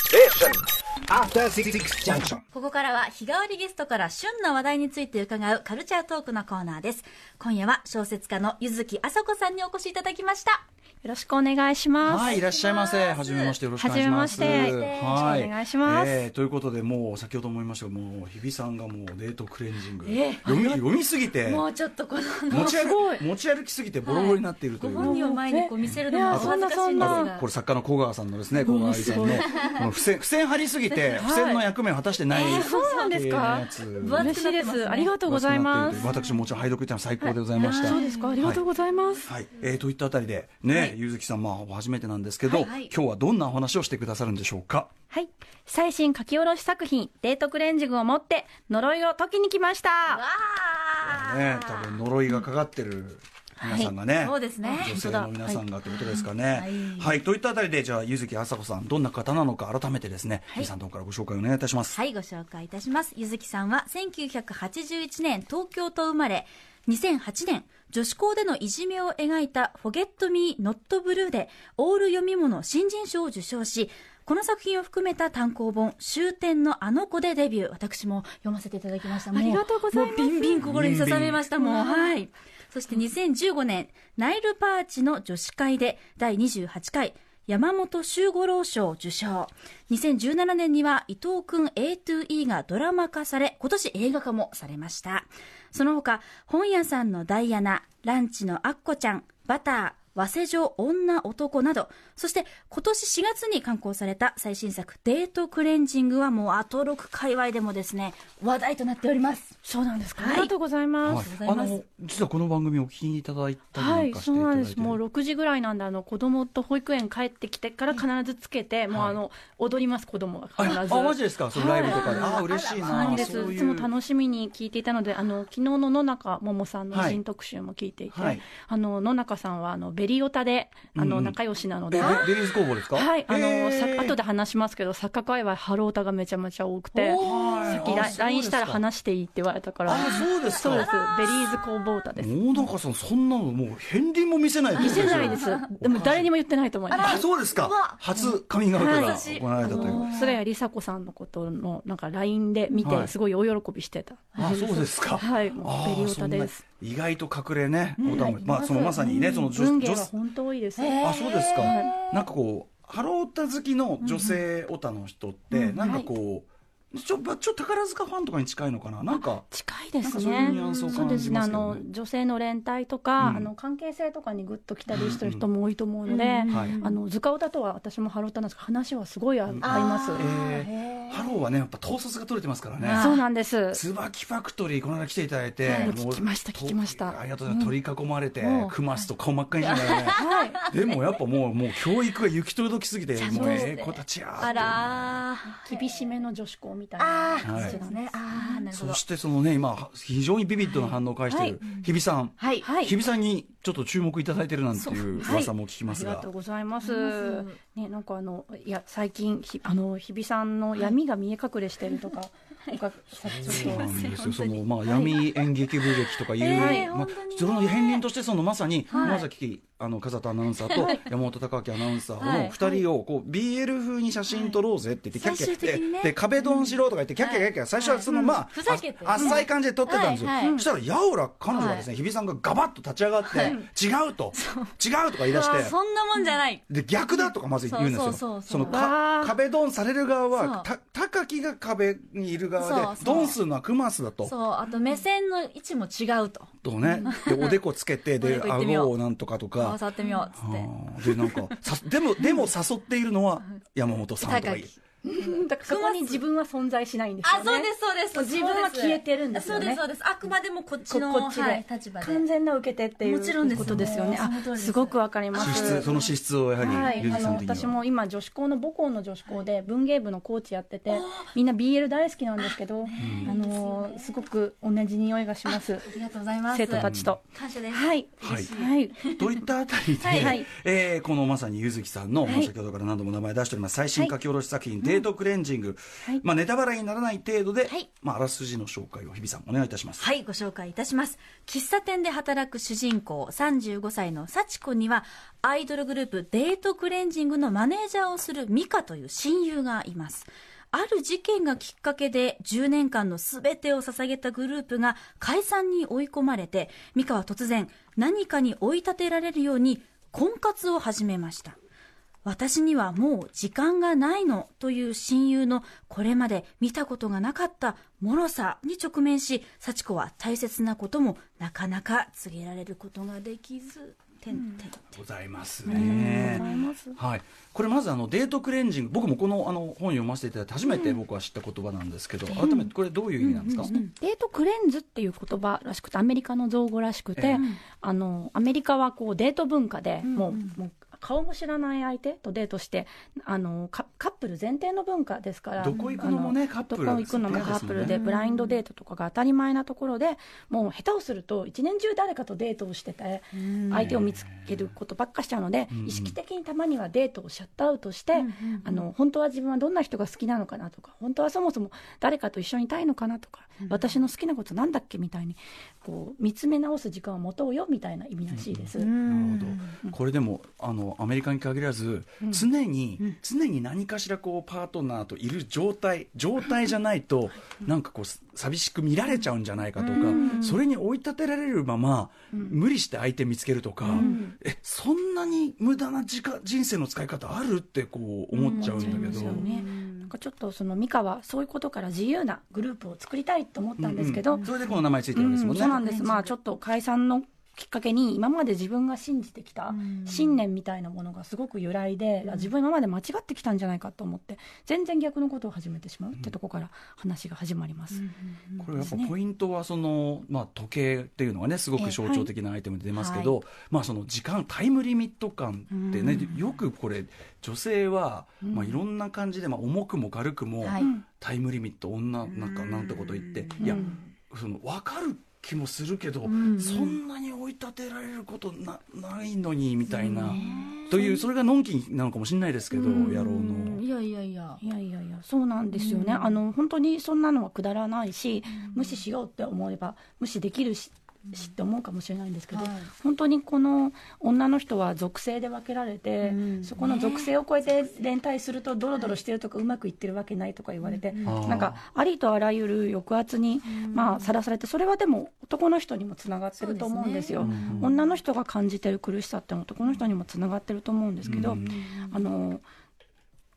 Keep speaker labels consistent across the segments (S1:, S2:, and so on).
S1: Station. After Six Junction.
S2: ここからは日替わりゲストから旬な話題について伺うカルチャートークのコーナーです。今夜は小説家のゆずきあさこさんにお越しいただきました。
S3: よろしくお願いします。
S4: はい、いらっしゃいませ。はじめまして、よろしくお願いします。
S3: はじめまして
S4: は
S3: よろしくお願いします
S4: えーということで、もう先ほども言いましたが、もう日比さんがもうデートクレンジング。
S2: ええ
S4: 読み、読みすぎて。
S2: もうちょっとこの、
S4: 持ち歩き持ち歩きすぎてボロボロになっているとい
S2: ご
S4: う。
S2: 本人を前にこう見せるのもお恥ずかしいんです
S3: そん
S4: あ
S2: が
S4: と。これ作家の小川さんのですね小川愛さんのこの付箋付箋貼りすぎて付箋の役目を果たしてない
S3: そうなんですか。
S4: っていうやつ
S2: 分厚
S3: 嬉しい
S2: 分
S3: で
S2: 厚くなってますね
S3: す。ありがとうございます。
S4: 私ももちろん拝読っていうのは最高でございました
S3: そうですか。ありがとうございます。
S4: はい、えー、といったあたりでね、ゆずきさんまあお初めてなんですけど、
S2: はいはい
S4: 今日はどんなお話をしてくださるんでしょうか
S3: はい。最新書き下ろし作品、デートクレンジングを持って、呪いを解きに来ました。
S4: ね、多分呪いがかかってる皆さんがね、
S2: そうですね
S4: 女性の皆さんがってことですかね。
S2: は
S4: はいい、といったあたりで、じゃあ、柚木あさこさん、どんな方なのか、改めてですね、皆さんの方からご紹介お願いいたします。
S2: はい、ご紹介いたします。ゆずきさんは1981年東京と生まれ、2008年女子校でのいじめを描いた Forget Me Not Blue でオール読み物新人賞を受賞し、この作品を含めた単行本終点のあの子でデビュー。私も読ませていただきました。も
S3: ありがとうございます
S2: もうビンビン心に刺されました。もう、
S3: ビンビン
S2: はい。そして2015年、ナイルパーチの女子会で第28回山本周五郎賞を受賞。2017年には伊藤くん A2E がドラマ化され、今年映画化もされました。その他、本屋さんのダイアナ、ランチのアッコちゃん、バター、和瀬城女男など、そして今年4月に刊行された最新作デートクレンジングはもうアトロク界隈でもですね、話題となっております。
S3: そうなんですか。
S2: はい
S3: ありがとうござい
S4: はい
S3: ま
S2: は
S3: す。
S2: とうござ
S4: あ
S2: います
S4: の、実はこの番組お聞きいただいたり
S3: は
S4: なん
S3: い、
S4: かし
S3: そ
S4: ていうた
S3: な
S4: だ
S3: ん
S4: い
S3: で
S4: て
S3: す。もう6時ぐらいなんで、あの、子供と保育園帰ってきてから必ずつけて、もうあの、踊ります、子供が必
S4: あ
S3: ず。
S4: あ、マジですか、そのライブとかで、ああ、嬉しい
S3: そうなん
S4: な、
S3: です
S4: そう
S3: い
S4: い
S3: つも
S4: う。
S3: 楽しみに聞いていたのであの昨日の野中桃さんの
S4: はい
S3: 新特集も聞いていて、
S4: はい
S3: あの野中さんはあのベリオタであ
S4: う
S3: の、
S4: んうん
S3: 仲良しなの
S4: ベ
S3: で。
S4: ベリーズ工房ですか。
S3: はい、あの、さ、
S4: へー
S3: 後で話しますけど、作家界隈ハロータがめちゃめちゃ多くて。
S4: はい
S3: さっき
S4: あ
S3: ラ
S4: そうですか
S3: ラインしたら話していいって言われたから。
S4: あそうですか
S3: そうです。ベリーズ工房タです。
S4: もうなんかそのそんなのもう片鱗も見せない見
S3: 見せないです。でも誰にも言ってないと思います。
S4: あそうですか初カミングアウトが行われたという、
S3: 菅谷梨紗子さんのことの、なんか LINE で見
S4: は
S3: て、
S4: い
S3: すごい大喜びしてた。
S4: あそうですか。
S3: はいもう
S4: あー
S3: ベリオタです
S4: そんな意外と隠れね、ボタンもまあそのまさにね、その女
S3: 文芸
S4: 女
S3: は本当多いです。
S4: あそうですか。なんかこうハロータ好きの女性オタの人ってなんかこうちょまあちょっと宝塚ファンとかに近いのかな。なんか
S3: 近いで
S4: なんか
S3: す
S4: そういう
S3: ね
S4: ニュアンスを。
S3: そう
S4: 感
S3: です
S4: じ
S3: ね。
S4: ま
S3: あ
S4: すけど
S3: の
S4: ね。
S3: 女性の連帯とか、
S4: うん
S3: あの関係性とかにグッと来たりしてる人も多いと思うので、
S4: はい
S3: あの図鑑歌とは私もハロータなんですけど話はすごいあ合います。
S4: えーハローはねやっぱ統率が取れてますからね。
S3: そうなんです。
S4: 椿ファクトリーこの間来ていただいて、
S3: い
S4: もう
S3: 聞きました
S4: と
S3: 聞きました
S4: ありがとうございます。取り囲まれて、
S3: うん
S4: クマスと顔真っ赤にしなが らね。
S3: はい。
S4: でもやっぱもうもう教育が行き届きすぎて、もうええ子たちやーって
S2: あらー。
S3: 厳しめの女子校みたいな
S4: はい
S3: 感じなんです。
S2: ね。ああ、なるほ
S4: そ
S2: ど。
S4: してそのね今非常にビビッドな反応を返している日比さん、
S2: はい。
S3: はい
S4: 日比さんにちょっと注目いただいてるなんていう
S3: はい
S4: 噂も聞きます
S3: あ
S4: が、
S3: りがとうございます。ね、なんかあの、いや、最近、ひあの、日比さんの闇が見え隠れしてるとか。なんか、さち
S4: そ
S3: ょ
S4: う
S3: っと
S4: な。んですよそのまあ闇演劇部劇とかいう、
S2: はい
S4: まあ
S2: 本当にね
S4: その片鱗としてそのまさに山崎あの風田アナウンサーと山本孝明アナウンサー
S2: はい
S4: の二人をこう BL 風に写真撮ろうぜって言ってキャッキャ
S2: 最終的に
S4: 言
S2: ね
S4: ってで壁ドンしろとか言ってキャッキャキャッキャ最初はそのまあ
S2: ふざけて
S4: ああっさい感じで撮ってたんですよ
S2: はいはい
S4: そしたらやおら彼女がですね日比さんがガバッと立ち上がって違うと違うとか言い出して
S2: そんなもんじゃない。
S4: で逆だとかまず言うんです
S2: そう
S4: よ
S2: そう
S4: そ
S2: そうそう
S4: の
S3: わ
S4: か
S3: ー
S4: 壁ドンされる側は
S2: そ
S4: た高木が壁にいる
S2: そ
S4: 側
S2: うそ
S4: で
S2: う
S4: ドンするのはクマスだと
S2: そう、あと目線の位置も違うと。
S4: とね でおでこつけて
S2: おで
S4: で
S2: こ行ってみよう
S4: 顎をなんとかと
S2: 合わ
S4: か
S2: さってみよう、つって。
S4: あーでなんかさでもでも誘っているのは山本さんとか
S2: 高
S4: い
S2: 木
S4: う。
S3: だからそこに自分は存在しないんです
S2: あ、
S3: よね。
S2: そうです、そうです。
S3: 自分は消えてるんですよ
S2: そ
S3: ね
S2: うです、そうです。あくまでもこっち
S3: こ
S2: の、
S3: こっちで、
S2: はい立場で。
S3: 完全な受け手っていう
S2: もちろんです
S3: ことですよ
S2: もう
S3: ね。
S2: その通り
S3: あ、
S2: です
S3: すごくわかりま
S4: 資
S3: す。
S4: 質その資質をや
S3: は
S4: はいり、ゆ、
S3: あ
S4: ず、さ
S3: の
S4: ん的
S3: 私
S4: には。
S3: も今女子校の母校の女子校で文芸部のコーチやっててみんな BL 大好きなんですけどあのすごく同じ匂いがします
S2: ありがとうございます。
S3: 生徒たちと
S2: 感謝です。
S3: はい
S4: はい
S3: はい
S4: といったあ たりで、
S3: はいはい
S4: えーこのまさにゆずきさんの、
S3: い
S4: もう先ほどから何度も名前出しております最新書き下ろし作品、デ冷凍クレンジング、
S3: はい
S4: まあ、ネタバレにならない程度で、
S2: はい
S4: まあ、あらすじの紹介を日比さんお願いいたします、
S2: はい、ご紹介いたします。喫茶店で働く主人公、35歳の幸子には、アイドルグループ、デートクレンジングのマネージャーをする美香という親友がいます。ある事件がきっかけで、10年間の全てを捧げたグループが解散に追い込まれて、美香は突然、何かに追い立てられるように、婚活を始めました。私にはもう時間がないのという親友のこれまで見たことがなかった脆さに直面し幸子は大切なこともなかなか告げられることができず。てんてん
S4: ございます
S3: ありがとうござい
S4: ね。
S3: ます。
S4: はい、これまずあのデートクレンジング僕もこのあの本読ませていただいて初めて僕は知った言葉なんですけど、改めてこれどういう意味なんですか、
S3: デートクレンズっていう言葉らしくてアメリカの造語らしくて、
S4: ええ
S3: あのアメリカはこうデート文化で、
S2: ん
S3: もうもう顔も知らない相手とデートしてあのカカップル前提の文化ですから
S4: どこ行くのもね
S3: あ
S4: カップル
S3: どこ行くのもカップルでブラインドデートとかが当たり前なところでもう下手をすると一年中誰かとデートをしてて相手を見つけることばっかしちゃうので、
S4: うん
S3: 意識的にたまにはデートをシャットアウトして、あの本当は自分はどんな人が好きなのかなとか本当はそもそも誰かと一緒にいたいのかなとか、私の好きなことなんだっけみたいにこう見つめ直す時間を持とうよみたいな意味らしいです。
S4: なるほどこれでもあのアメリカに限らず、常に、常に何かしらこうパートナーといる状態状態じゃないと、なんかこう寂しく見られちゃうんじゃないかとか、それに追い立てられるまま、無理して相手見つけるとか、えそんなに無駄な時間人生の使い方あるってこう思っちゃうんだけ
S3: 思っちゃいます
S4: ど、
S3: よねなんかちょっとその美香はそういうことから自由なグループを作りたいと思ったんですけど、
S4: うんうんそれでこの名前ついてるわけですもんね。
S3: そうなんです、まあ、ちょっと解散のきっかけに今まで自分が信じてきた信念みたいなものがすごく由来で、あ自分今まで間違ってきたんじゃないかと思って全然逆のことを始めてしまうってとこから話が始まります、
S4: これやっぱポイントはその、まあ、時計っていうのがねすごく象徴的なアイテムで出ますけど、まあ、その時間タイムリミット感ってね、よくこれ女性は、まあ、いろんな感じで、まあ、重くも軽くも、
S2: はい
S4: タイムリミット女なんかなんてこと言って、いやその分かる気もするけど、そんなに追い立てられることなないのにみたいな、というそれがのんきなのかもしれないですけど、野郎の。
S2: いやいやいや
S3: いやいやいやそうなんですよね、あの本当にそんなのはくだらないし、無視しようって思えば無視できるし。しって思うかもしれないんですけど、
S2: はい
S3: 本当にこの女の人は属性で分けられて、そこの属性を超えて連帯するとドロドロしてるとか、うまくいってるわけないとか言われて、
S4: ん
S3: なんかありとあらゆる抑圧にまあさらされてそれはでも男の人にもつながってると思うんですよ
S4: そうですねうん
S3: 女の人が感じてる苦しさって男の人にもつながってると思うんですけ
S4: う
S3: ど、
S4: ん
S3: あの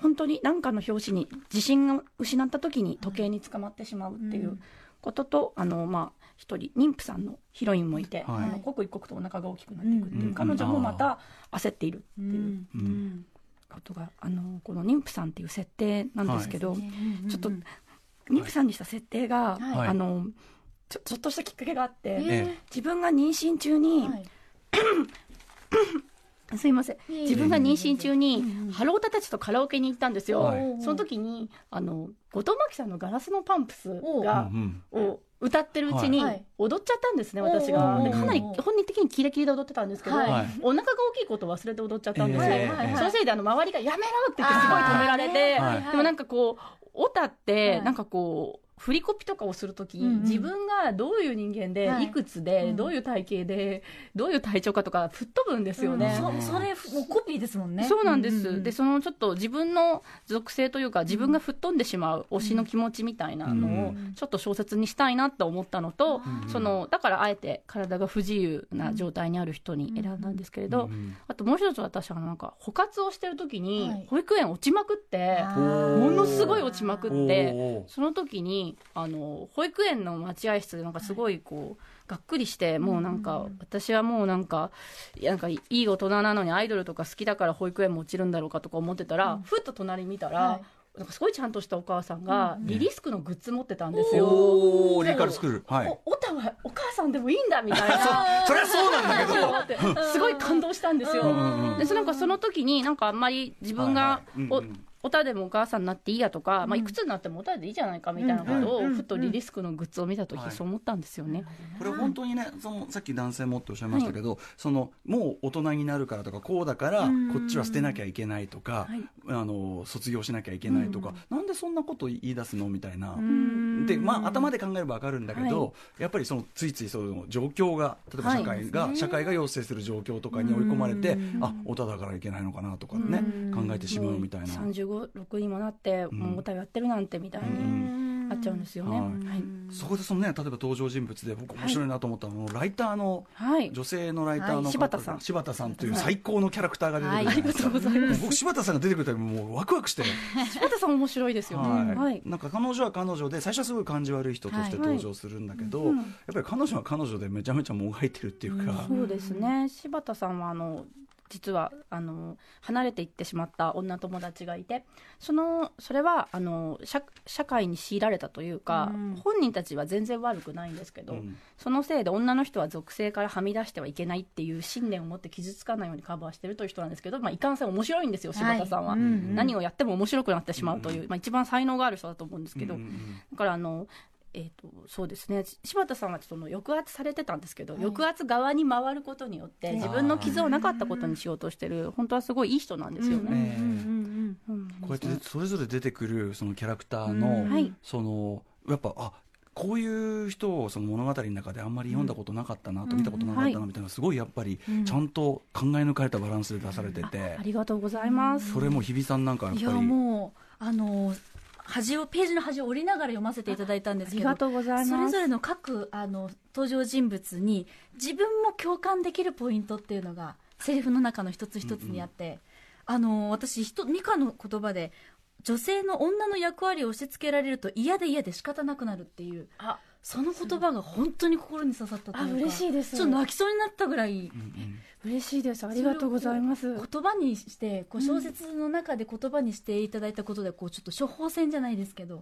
S3: 本当に何かの表紙に自信を失った時に時計に捕まってしまうっていうことと、あのまあ一人妊婦さんのヒロインもい
S4: は
S3: て、
S4: い
S3: あの刻一刻とお腹が大きくなっていくっていう、
S4: うん
S3: 彼女もまた焦っているっていう。
S4: うん
S3: ことがあのこの妊婦さんっていう設定なんですけど、ちょっと妊婦さんにした設定が、
S4: はい
S3: あのちょちょっとしたきっかけがあって、
S4: ええ
S3: 自分が妊娠中に、すいません
S2: えいえ
S3: 自分が妊娠中にハロータたちとカラオケに行ったんですよ、
S4: はい
S3: その時にあの後藤真希さんの「ガラスのパンプス
S4: う
S3: が」
S4: ん
S3: を歌ってるうちに
S5: はい
S3: 踊っちゃったんですね、私が
S5: おうおうおう
S3: でかなり本人的にキレキレで踊ってたんですけど、
S5: はい
S4: はい
S3: お腹が大きいことを忘れて踊っちゃったんですよ、
S4: ええはい
S5: はい
S3: そのせいであの周りが「やめろ!」って言ってすごい止められて、
S4: はい
S3: でもなんかこうオタって、
S5: はい
S3: なんかこう振りコピとかをするときに、
S5: うんうん
S3: 自分がどういう人間で、
S5: はい
S3: い、くつで、
S5: うん
S3: どういう体型でどういう体調かとか吹っ飛ぶんですよね。
S5: うんそそれもうコピーですもんね
S3: そうなんです、
S5: うん
S3: でそのちょっと自分の属性というか自分が吹っ飛んでしまう推しの気持ちみたいなの
S4: う
S3: をちょっと小説にしたいなと思ったのと、
S4: うん
S3: そのだからあえて体が不自由な状態にある人に選んだんですけれど、
S4: うん
S3: あともう一つ私はなんか補活をしてる時
S5: は
S3: に
S5: い
S3: 保育園落ちまくって、
S5: あー
S3: ものすごい落ちまくって
S4: おー
S3: その時にあの保育園の待合室でなんかすごいこう、がっくりしてもうなんか、私はもうなんかいやなんかいい大人なのにアイドルとか好きだから保育園も落ちるんだろうかとか思ってたら、ふっと隣見たら、
S5: は
S3: なんかすごいちゃんとしたお母さんがリリスクのグッズ持ってたんですよ。
S4: おーリカルスクールはい
S3: おオタはお母さんでもいいんだみたいな
S4: そりゃそうなん だけど
S3: すごい感動したんですよ。
S4: んうんうん
S3: でそなんかその時になんかあんまり自分が
S4: はいはいうんうん
S3: おおたでもお母さんになっていいやとか、まあ、いくつになってもおたでいいじゃないかみたいなことをふとリリスクのグッズを見た時、
S4: はい
S3: そう思ったんですよね。
S4: これ本当にねそのさっき男性もっておっしゃいましたけど、そのもう大人になるからとかこうだからこっちは捨てなきゃいけないとか、あの卒業しなきゃいけないとか、なんでそんなこと言い出すのみたいな。でまあ、頭で考えれば分かるんだけど、やっぱりそのついついその状況が例えば社会が、社会が要請する状況とかに追い込まれて、あおただからいけないのかなとかね、考えてしまうみたいな。
S3: 35、6にもなって、
S4: ん
S3: もうおたやってるなんてみたい
S4: うん
S3: になっちゃうんですよね。
S4: は
S3: はい
S4: そこでそのね例えば登場人物で僕面白いなと思ったのは、ライターの
S3: はい
S4: 女性のライターの、
S3: はい柴田さん
S4: 柴田さんという最高のキャラクターが出てくるじゃないですか、僕柴田さんが出てくるたびもうワクワクして、
S3: 柴田さん面白いですよね。
S4: は
S3: はいい。
S4: なんか彼女は彼女で最初はすごい感じ悪い人として登場するんだけど、
S3: はいうん
S4: やっぱり彼女は彼女でめちゃめちゃもがいてるっていうか、
S3: そうですね。柴田さんはあの実はあの離れていってしまった女友達がいて、そのそれはあの社社会に強いられたというか、本人たちは全然悪くないんですけど、
S4: うん
S3: そのせいで女の人は属性からはみ出してはいけないっていう信念を持って傷つかないようにカバーしてるという人なんですけど、まあいかんせん面白いんですよ柴田さんは。
S5: はいうんうん
S3: 何をやっても面白くなってしまうという、まあ一番才能がある人だと思うんですけど。
S4: うんうん
S3: だからあの、えー、とそうですねし柴田さんはその抑圧されてたんですけど、抑圧側に回ることによって自分の傷をなかったことにしようとしてる本当はすごいいい人なんですよ
S4: うん
S3: ね。
S4: ねえ
S3: うん
S4: こうやってそれぞれ出てくるそのキャラクターの、
S3: んはい
S4: そのやっぱあこういう人をその物語の中であんまり読んだことなかったなと、見たことなかったなみたいなすごいやっぱりちゃんと考え抜かれたバランスで出されてて、
S3: ありがとうございます。
S4: それも日比さんなんかやっぱ
S2: い
S4: り
S2: やもうあの端をページの端を折りながら読ませていただいたんです
S3: あ
S2: け
S3: り
S2: ど
S3: がとうござい
S2: それ
S3: ます。
S2: ぞれの各あの登場人物に自分も共感できるポイントっていうのがセリフの中の一つ一つにあって、あの私ひとミカの言葉で女性の女の役割を押し付けられると嫌で嫌で仕方なくなるっていう
S3: あ
S2: その言葉が本当に心に刺さったというか
S3: あ嬉しいです
S2: ちょっと泣きそうになったぐらい
S3: 嬉しいです。ありがとうございます。
S2: 言葉にしてこう小説の中で言葉にしていただいたことでこうちょっと処方箋じゃないですけど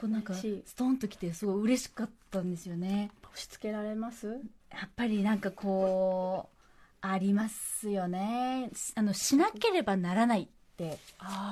S2: こうなんか
S3: 嬉しい
S2: ストンときてすごい嬉しかったんですよね。
S3: 押し付けられます。
S2: やっぱりなんかこうありますよねしあのしなければならないって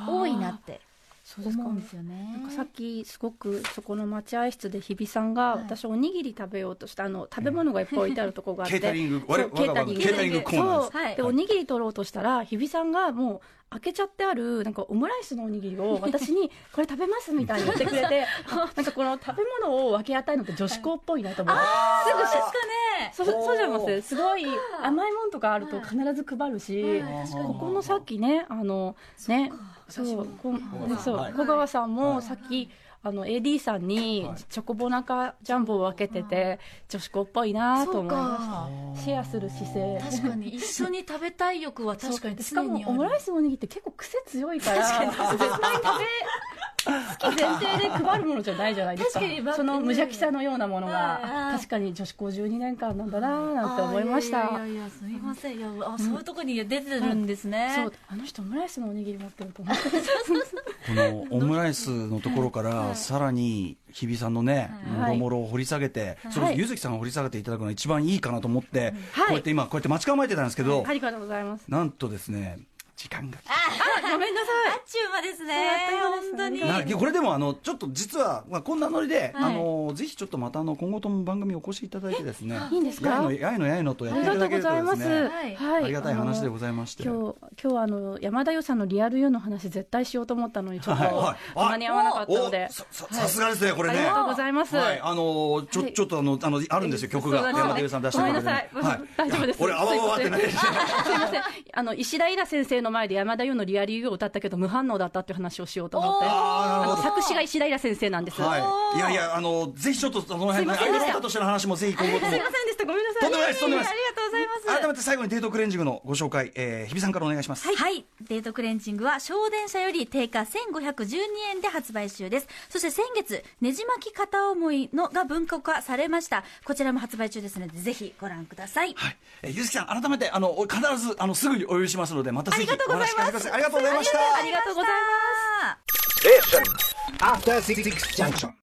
S2: 多いなって
S3: そうです
S2: 思
S3: か
S2: うんですよね
S3: なんかさっきすごくそこの待合室で日比さんが
S2: い
S3: 私おにぎり食べようとしたあの食べ物がいっぱい置いてあるとこがあっ
S4: ケ
S3: て
S4: ータリング、
S3: そう
S4: 我々
S3: ケータリング
S4: ケータリングコーナー
S3: そ
S4: で
S3: う
S4: す。
S2: はい
S3: でおにぎり取ろうとしたら日比さんがもう開けちゃってあるなんかオムライスのおにぎり を私にこれ食べますみたいに言ってくれ てあなんかこの食べ物を分け与えるのって女子高っぽいなと思ってすぐし
S2: ね
S3: そうそうじゃいますすごい甘いもんとかあると必ず配るし、ここのさっきねあのねそうこ
S4: 川さん
S3: そう
S4: はい
S3: 小川さんもさっき、あの AD さんに
S4: はい
S3: チョコボナカジャンボを分けてて女子校っぽいなと
S2: そ
S3: 思
S2: う
S3: いま
S2: か
S3: したシェアする姿勢
S2: 確かに一緒に食べたい欲は確かに
S3: し
S2: 常
S3: か
S2: に
S3: も
S2: ある
S3: オムライスのおにぎりって結構癖強いから絶対食べ好き前提で配るものじゃないじゃないですか
S2: 確かに
S3: その無邪気さのようなもの
S2: は
S3: が
S2: い
S3: 確かに女子校12年間なんだなーなんて思いまし
S2: あーいや
S3: た
S2: いやいやすみませんいやあそういうとこに出てるんですね、
S3: そうあの人オムライスのおにぎり持ってると思って
S4: このオムライスのところから、さらに日比さんのね、も
S3: は
S4: ろ
S3: い
S4: もろを掘り下げて、それこそ柚月さんが掘り下げていただくのが一番いいかなと思って、こ
S3: はいう
S4: やって今、こうやって待ち構えてたんですけど
S3: あ、りがとうございます
S4: なんとですね、時間が来
S3: ごめんなさ
S2: あっちゅうまですね本当に
S4: たなこれでもあのちょっと実は、まあ、こんなノリで、
S2: は
S4: あ
S2: い
S4: のぜひちょっとまたあの今後とも番組お越しいただいてですね
S3: いいんですか
S4: やいのやいのやいのとや
S3: あ
S4: って
S3: り
S4: い
S3: が
S4: た
S3: と
S4: だ
S3: う
S4: け
S3: ご
S4: ると
S3: ざい
S4: で
S3: ますす。
S4: ね
S2: はい
S3: は
S4: ありがたい話でございまして
S3: あの今日今日あの山田予算のリアル U の話絶対しようと思ったのにちょっ
S4: はいは
S3: と
S4: いあ
S3: 間に合わなかったので、
S4: おさささすがですねこれ
S3: あ
S4: ね
S3: りがとうございます。
S4: はい、あのーちょ、
S3: はい
S4: ちょっとあの、あの、あるんですよ、曲が。
S3: そうなんです
S4: 山田優さん出して
S3: ごめん
S4: 曲
S3: な
S4: で
S3: さ
S4: ね
S3: い。大丈夫です。
S4: 俺、あわわわってな
S3: す
S4: い
S3: いませんすいません。あの石田イラ先生の前で山田優のリアル U を歌ったけど無反応だったっていう話をしようと思って、
S4: あーな
S3: あ
S4: るほ
S3: の
S4: ど
S3: 作詞が石田イラ先生なんです。
S4: はい。いやいや、あの、ぜひちょっと、その辺ね、アイドル歌としての話もぜひ今後とも
S3: すい。ませんでした。ごめんなさい。
S4: とんでもないですとんでもないです
S3: ありがとうございます。
S4: 改めて最後にデートクレンジングのご紹介、えー、日比さんからお願いします。
S2: はい、デートクレンジングは省電車より定価1512円で発売中ですそして先月ねじ巻き片思いのが文庫化されましたこちらも発売中ですのでぜひご覧ください、
S4: はい。えー、ゆずきさん、改めて、あの、お必ず、あの、すぐにお呼びしますので、またぜひ
S2: ありがと
S4: お
S2: うござ
S4: 話
S2: い
S4: 聞
S2: ま
S4: か
S2: す
S4: せてください。ありがとうございました。
S2: ありがとうございます
S1: After Six Junction.